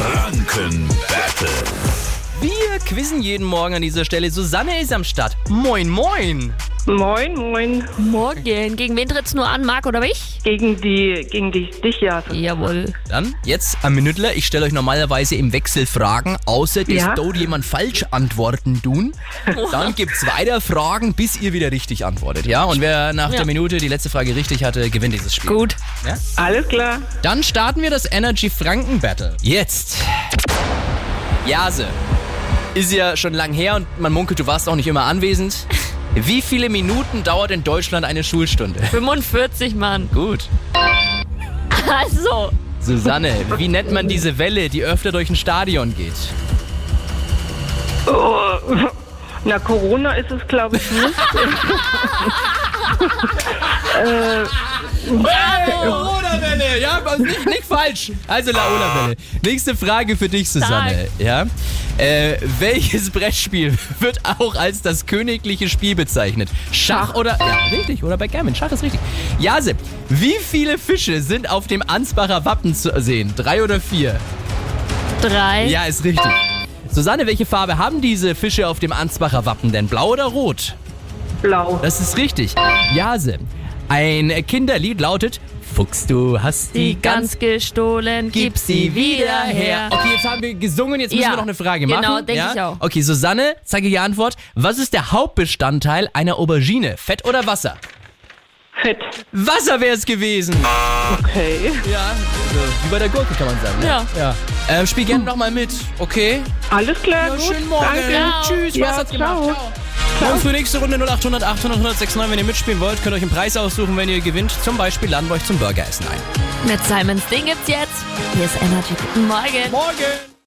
Franken Battle. Wir quizzen jeden Morgen an dieser Stelle. Susanne ist am Start. Moin, moin. Moin, moin. Morgen. Gegen wen tritt's nur an, Marc oder mich? Gegen die, gegen die, dich ja. Jawohl. Dann jetzt am Minütler. Ich stelle euch normalerweise im Wechsel Fragen, außer dass Ja. dort jemand falsch antworten tun. Dann gibt's weiter Fragen, bis ihr wieder richtig antwortet. Ja, und wer nach der Ja. Minute die letzte Frage richtig hatte, gewinnt dieses Spiel. Gut. Alles klar. Dann starten wir das Energy Franken Battle. Jetzt. Jase. Ist ja schon lang her und man munkelt, du warst auch nicht immer anwesend. Wie viele Minuten dauert in Deutschland eine Schulstunde? 45, Mann. Gut. Also, Susanne, wie nennt man diese Welle, die öfter durch ein Stadion geht? Oh. Na, Corona ist es, glaube ich, nicht. Laola-Welle, ja, aber nicht, nicht falsch. Also Laola-Welle. Nächste Frage für dich, Susanne. Ja? Äh, welches Brettspiel wird auch als das königliche Spiel bezeichnet? Schach oder... Ja, richtig, oder bei German. Schach ist richtig. Jase, wie viele Fische sind auf dem Ansbacher Wappen zu sehen? Drei oder vier? drei. Ja, ist richtig. Susanne, welche Farbe haben diese Fische auf dem Ansbacher Wappen denn? Blau oder rot? Blau. Das ist richtig. Jase. Ein Kinderlied lautet Fuchs, du hast Die Gans gestohlen, gib sie wieder her. Okay, jetzt haben wir gesungen, jetzt müssen Ja, wir noch eine Frage genau, machen. denk ich auch. Okay, Susanne, zeige Antwort. Was ist der Hauptbestandteil einer Aubergine? Fett oder Wasser? Fett. Wasser wäre es gewesen. Okay. Ja, so, wie bei der Gurke kann man sagen. ne? Ja. ja. Ähm, spiel gerne nochmal mit, okay? Alles klar. Ja, gut. schönen Morgen. Danke. Ja. Tschüss, Ja, Spaß hat's ciao. gemacht. Ciao. Und für nächste Runde 0800 800 1069, wenn ihr mitspielen wollt, könnt ihr euch einen Preis aussuchen, wenn ihr gewinnt. Zum Beispiel laden wir euch zum Burgeressen ein. Mit Simons Ding gibt's jetzt. Hier ist Energy. Guten Morgen. Morgen!